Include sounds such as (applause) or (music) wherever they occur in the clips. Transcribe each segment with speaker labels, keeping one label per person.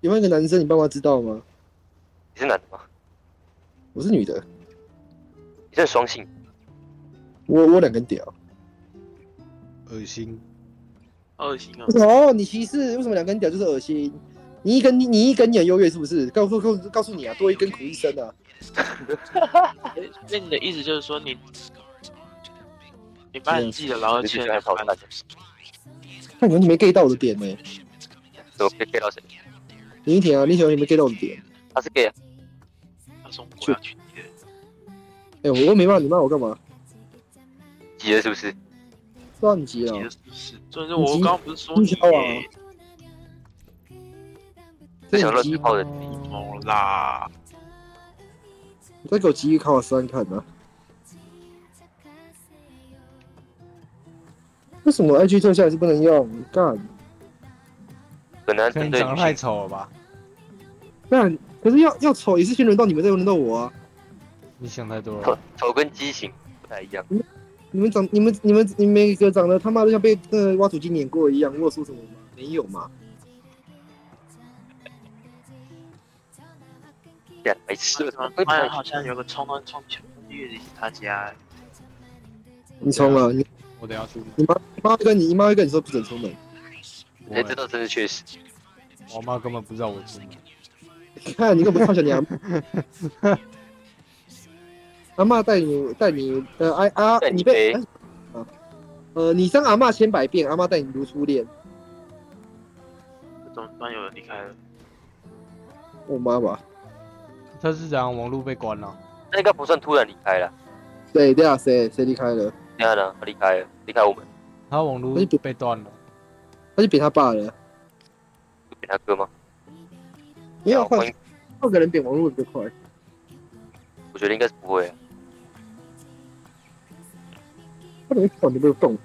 Speaker 1: 另外一个男生，你爸妈知道吗？
Speaker 2: 你是男的吗？
Speaker 1: 我是女的，
Speaker 2: 你是双性？
Speaker 1: 我我两根屌。
Speaker 3: 恶心，
Speaker 4: 恶心啊！
Speaker 1: 哦，你歧视？为什么两根屌就是恶心？你一根你你一根你很优越是不是？告诉告诉告诉你啊，多一根苦一生啊！
Speaker 4: 那你的意思就是说你，你把你自己的
Speaker 2: 你
Speaker 4: 劳
Speaker 2: 是
Speaker 4: 而欠
Speaker 2: 喜欢跑男的？
Speaker 1: 看你完全没 get 到我的点呢、
Speaker 2: 怎么可以 gay 到谁？
Speaker 1: 林依婷啊，林依婷完全没 get 到我的点。
Speaker 2: 他是 gay 啊？
Speaker 4: 他送过来去你的，
Speaker 1: 哎、我我没骂你骂我干嘛？
Speaker 2: 急了是不是？
Speaker 1: 不道你急了
Speaker 4: 你的是不是？就是我
Speaker 1: 你
Speaker 4: 刚刚不是说你哎
Speaker 1: 你交往啊
Speaker 4: 耶
Speaker 2: 在想乱泡的，
Speaker 4: 哦啦？
Speaker 1: 你再给我急一看我试看看啊！为什么 IG 特效还是不能用？干
Speaker 2: 本来
Speaker 3: 可能
Speaker 2: 针 (laughs)
Speaker 3: 你
Speaker 2: 对
Speaker 3: 长得
Speaker 2: 女
Speaker 3: 太
Speaker 2: 性，
Speaker 3: 丑了吧？
Speaker 1: 干，可是要要丑也是先轮到你们，再轮到我啊！
Speaker 3: 你想太多
Speaker 2: 头
Speaker 3: 了。
Speaker 2: 头跟畸形不太一样。
Speaker 1: 你们长你们你们你们每个长得他妈的像被呃挖土机碾过一样，我有说什么吗？没有嘛？
Speaker 2: 干白痴了，
Speaker 4: 突然好像有个冲动冲全部月里是他家，
Speaker 1: 你冲了，你
Speaker 3: 我等一下出门，
Speaker 1: 你妈你妈会跟你你妈会跟你说不准出门，
Speaker 3: 不
Speaker 2: 才
Speaker 3: 会
Speaker 2: 知道真是确实。
Speaker 3: 我妈根本不知道我出门。
Speaker 1: 看你根本不靠小 (laughs) 娘。阿嬷带你带你呃哎啊
Speaker 2: 带你
Speaker 1: 你被
Speaker 2: 飞
Speaker 1: 啊呃你伤阿嬷千百遍，阿嬷待你如初恋，
Speaker 4: 怎么突然有人离开了？
Speaker 1: 我妈吧。
Speaker 3: 他是讲网络被关了，
Speaker 2: 那应该不算突然离开了，
Speaker 1: 对，对啊，谁谁离开了？
Speaker 2: 你看啊呢？他离开了，离开我们，
Speaker 3: 他网络
Speaker 1: 那就
Speaker 3: 被断了。
Speaker 1: 他就扁他爸了，
Speaker 2: 就给他哥吗？
Speaker 1: 没有换
Speaker 2: 欢迎
Speaker 1: 换个人扁王璐比较快。
Speaker 2: 我觉得应该是不会啊。
Speaker 1: 他怎么管都没有动？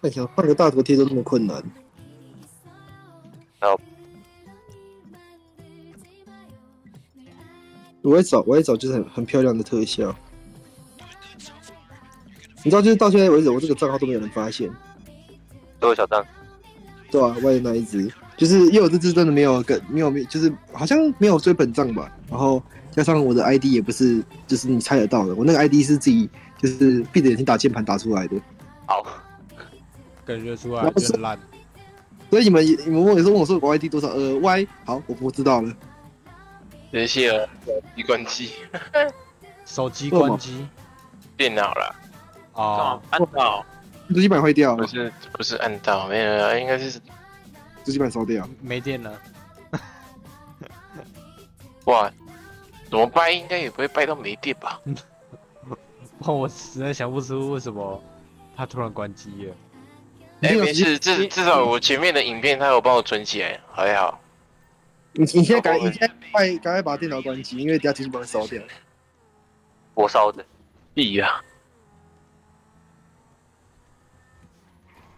Speaker 1: 那想换个大头贴都那么困难， (laughs)
Speaker 2: 然后
Speaker 1: 我也找我也找就是很很漂亮的特效。你知道，就是到现在为止，我这个账号都没有人发现，
Speaker 2: 都有小张，
Speaker 1: 对吧、啊？外的那一只，就是因为我这只真的没有跟没有没有就是好像没有追本账吧，然后加上我的 ID 也不是就是你猜得到的，我那个 ID 是自己就是闭着眼睛打键盘打出来的，
Speaker 2: 好，
Speaker 3: 感觉出来
Speaker 1: 我不
Speaker 3: 就是很烂，
Speaker 1: 所以你们你们问我说问我说我 ID 多少？呃，Y 好，我我知道了。
Speaker 5: 联系了提款机
Speaker 3: 手机关机
Speaker 5: 电脑啦，
Speaker 1: 哦
Speaker 4: 干
Speaker 3: 啊
Speaker 4: 嘛，按到？
Speaker 1: 主机板坏掉
Speaker 5: 不
Speaker 1: 了，
Speaker 5: 是不是按到，没有，没有应该是
Speaker 1: 主机板烧掉。
Speaker 3: 没电了。
Speaker 5: 哇，怎么掰应该也不会掰到没电吧？
Speaker 3: 我实在想不出为什么他突然关机了。
Speaker 5: 哎、
Speaker 1: 你有
Speaker 5: 没事，至至少我前面的影片他有帮我存起来，还好。
Speaker 1: 你你现在赶
Speaker 5: 我会
Speaker 1: 你现在赶快赶快把电脑关机，因为等下主机板会烧掉。
Speaker 2: 火烧的，
Speaker 5: 必啦。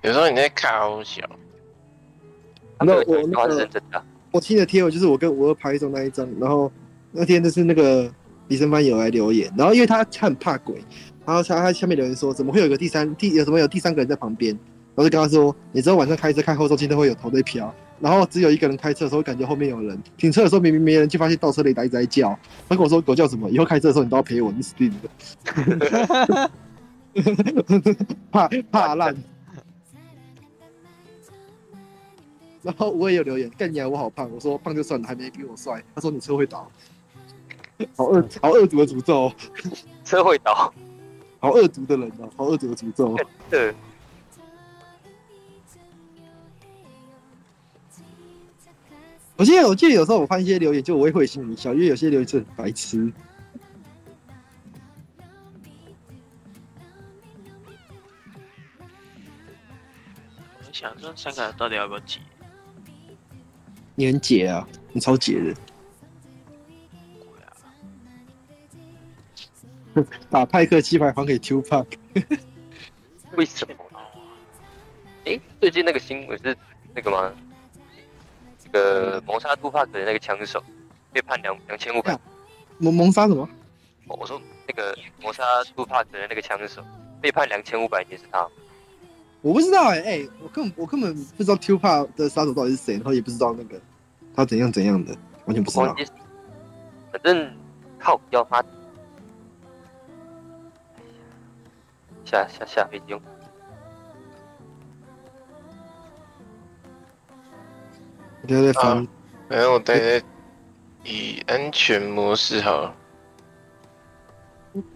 Speaker 5: 有时候你在卡好小，
Speaker 2: 他
Speaker 1: 那
Speaker 2: 们
Speaker 1: 我
Speaker 2: 有一句
Speaker 1: 那
Speaker 2: 话
Speaker 1: 个
Speaker 2: 是认真的啊，
Speaker 1: 我亲的贴文就是我跟五二拍中那一张，然后那天就是那个李生帆有来留言，然后因为他他很怕鬼，然后他他下面留言说怎么会有个第三第有什么有第三个人在旁边，然后就跟他说你知道晚上开车看后照镜都会有头在飘，然后只有一个人开车的时候感觉后面有人，停车的时候明明没人，就发现倒车雷达一直在叫，他跟我说狗叫什么，以后开车的时候你都要陪我，你死定了， (laughs) 怕怕烂。然后我也有留言，干你啊，我好胖。我说胖就算了，还没比我帅。他说你车会倒， (laughs) 好恶，好恶毒的诅咒哦，
Speaker 2: 车会倒，
Speaker 1: 好恶毒的人啊，好恶毒的诅咒哦。
Speaker 2: 对，
Speaker 1: 我记得，我记得有时候我看一些留言，就我会会心一笑，因为有些留言是很白痴。
Speaker 4: 我在想这三个人到底要不要挤？
Speaker 1: 你很解啊，你超解的。打派克七百还给 Two Pack，
Speaker 2: 为什么？哎，最近那个新闻是那个吗？这个谋杀杜帕克的那个枪手被判两两千五百
Speaker 1: 啊，蒙蒙杀什么？
Speaker 2: 哦我说那个谋杀杜帕克的那个枪手被被判两千五百年是他，
Speaker 1: 我不知道哎、哎、我根本我根本不知道 Tupac 的杀手到底是谁，然后也不知道那个他怎样怎样的，完全不知
Speaker 2: 忘
Speaker 1: 道。
Speaker 2: 记，反正靠要他。哎下下下飞机用，
Speaker 1: 我现在在翻，
Speaker 5: 然后我待在以安全模式好了。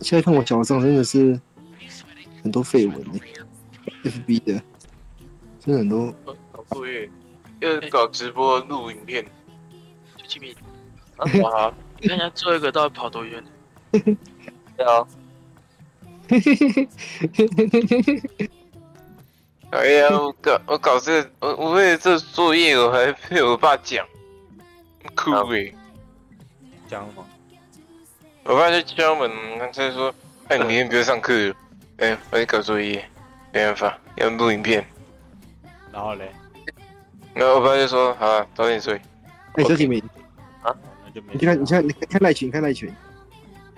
Speaker 1: 现在看我脚上真的是很多绯闻呢、f b 的，真的很多。
Speaker 5: 搞作业，又搞直播录影片，
Speaker 4: 就吉米，
Speaker 2: 啊
Speaker 5: 哇！
Speaker 4: 你看人家做一个到底跑多远？
Speaker 2: 对啊，
Speaker 5: 哎呀，我搞我搞这个，我我为了这作业，我还被我爸讲，酷欸
Speaker 2: 好
Speaker 5: 诶、
Speaker 3: 讲了吗？
Speaker 5: 我爸就敲门，他就说：“哎，你明天不要上课了，哎，我在搞作业，没办法，要录影片。
Speaker 3: 然后嘞，”
Speaker 5: 然后我爸就说：“好啊，早点睡。
Speaker 1: 哎、小启明，
Speaker 3: 哦那就没
Speaker 1: 你去看，你
Speaker 3: 事了
Speaker 1: 看，你看看赖群，看赖群，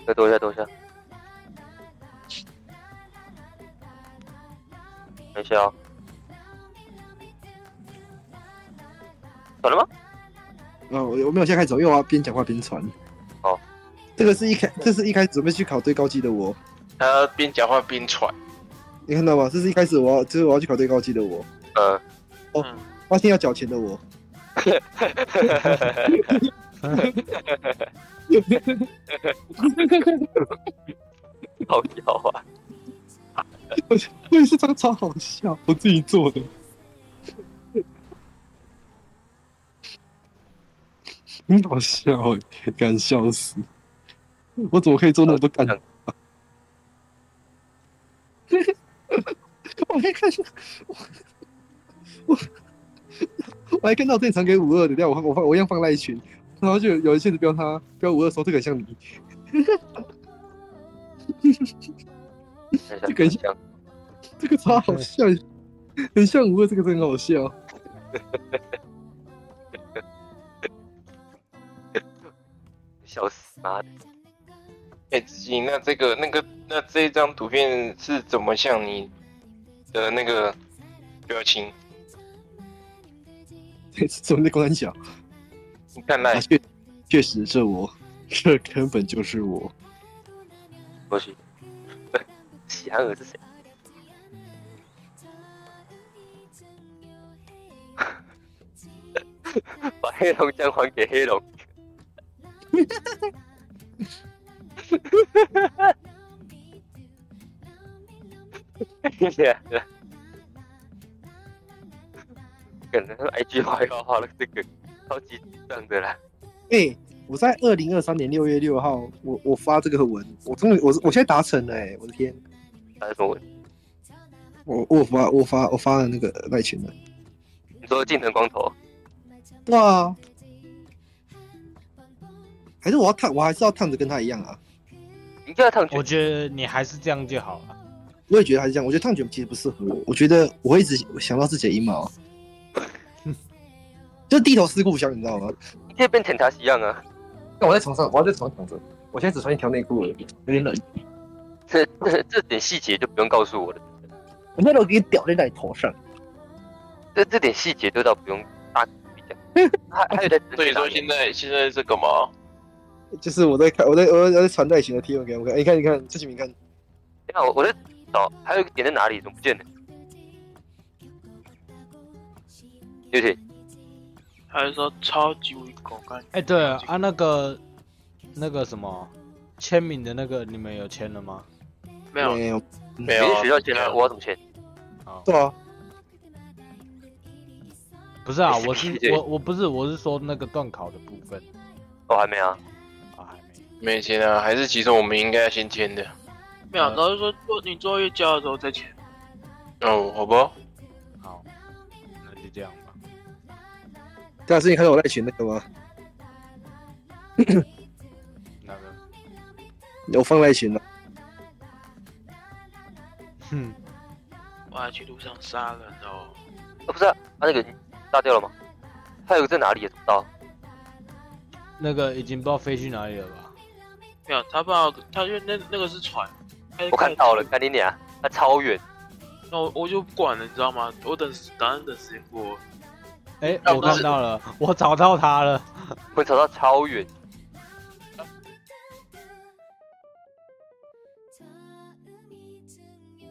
Speaker 2: 再多一下多一下，没事啊，转了吗？
Speaker 1: 哦，我我没有现在开始走，因为我要边讲话边传。
Speaker 2: 好，
Speaker 1: 这个是一开，这是一开始准备去考最高级的我，”
Speaker 5: 他边讲话边喘，
Speaker 1: 你看到吗？这是一开始我要，就是我要去考最高级的我，哦
Speaker 2: 呃，
Speaker 1: 发现要缴钱的我。
Speaker 2: 好笑啊！
Speaker 1: 我也是超超好笑，我自己做的。很好笑、欸，敢笑死！我怎么可以做那么多干？我还看到我我我还看到这里传给五二的，但我放我放我一样放赖群，然后就有有一些人标他标五二说这个很像你，
Speaker 2: 这
Speaker 1: 这个
Speaker 2: 像
Speaker 1: 这个超好笑，很像五二，这个真的很好笑。
Speaker 2: 笑死妈的！
Speaker 5: 哎，子怡，那这个那个那这张图片是怎么像你的那个表情？
Speaker 1: 怎么在公安讲？
Speaker 5: 你看来
Speaker 1: 啊，确确实是我，这根本就是我。
Speaker 2: 不是，喜憨儿是谁？ (laughs) 把黑龙江还给黑龙， (laughs) 可能 IG 画要画了这个超级赞的啦，
Speaker 1: 哎、我在二零二三年六月六号，我我发这个文，我终于我我现在达成了、哎，我的天！
Speaker 2: 还有什么问题？
Speaker 1: 我我发我发我发了那个赖群了。
Speaker 2: 你说近藤光头，
Speaker 1: 对啊，还是我要烫，我还是要烫着跟他一样啊。
Speaker 2: 你就要烫卷
Speaker 3: 我，觉得你还是这样就好了。
Speaker 1: 我也觉得还是这样，我觉得烫卷其实不适合我，我觉得我会一直想到自己的阴 (laughs) 毛，就是低头思故乡，你知道吗？
Speaker 2: 你可以变成他一样啊。
Speaker 1: 那我在床上，我要在床上躺着，我现在只穿一条内裤了，有点冷。
Speaker 2: 这这这点细节就不用告诉我了，
Speaker 1: 我那我给你屌在你头上。
Speaker 2: 这这点细节都倒不用大讲。还还有在
Speaker 5: 所以说现在现在是干嘛？
Speaker 1: 就是我在看，我在我在我在传代群的贴文给他们看，哎、你看你看，这几名看，
Speaker 2: 你看我我在找，还有一个点在哪里？怎么不见了？对不对？
Speaker 4: 他就说超级无敌狗干，
Speaker 3: 哎，对了啊，那个那个什么签名的那个，你们有签了吗？
Speaker 4: 没有，
Speaker 1: 没有，
Speaker 5: 没
Speaker 2: 别
Speaker 5: 有、
Speaker 2: 人
Speaker 5: 啊，
Speaker 2: 学校签了，我要怎么签？
Speaker 3: 啊，
Speaker 1: 对啊，
Speaker 3: 不是啊，
Speaker 2: 是
Speaker 3: 我是
Speaker 2: 对
Speaker 3: 我我不是我是说那个断考的部分
Speaker 2: 我还没啊。
Speaker 3: 啊，还没。
Speaker 5: 没签啊，还是其实我们应该要先签的。
Speaker 4: 没有，然后就说做你作业交的时候再签。
Speaker 5: 哦，好吧，
Speaker 3: 好，那就这样吧。
Speaker 1: 大师你看到我赖群那个吗？
Speaker 3: 那个，
Speaker 1: 我放赖群了，
Speaker 3: 哼，
Speaker 4: 我还去路上杀人哦，
Speaker 2: 哦，不是啊，他、那个炸掉了吗？还有一个在哪里也找不到。
Speaker 3: 那个已经不知道飞去哪里了吧？
Speaker 4: 没有，他把他因为那那个是船，他就
Speaker 2: 我看到了，看你俩。他超远，
Speaker 4: 那我我就不管了，你知道吗？我等答案等时间过了，
Speaker 3: 哎，
Speaker 4: 那
Speaker 3: 我
Speaker 4: 不是
Speaker 3: 看到了，我找到他了。
Speaker 2: 我找到超远，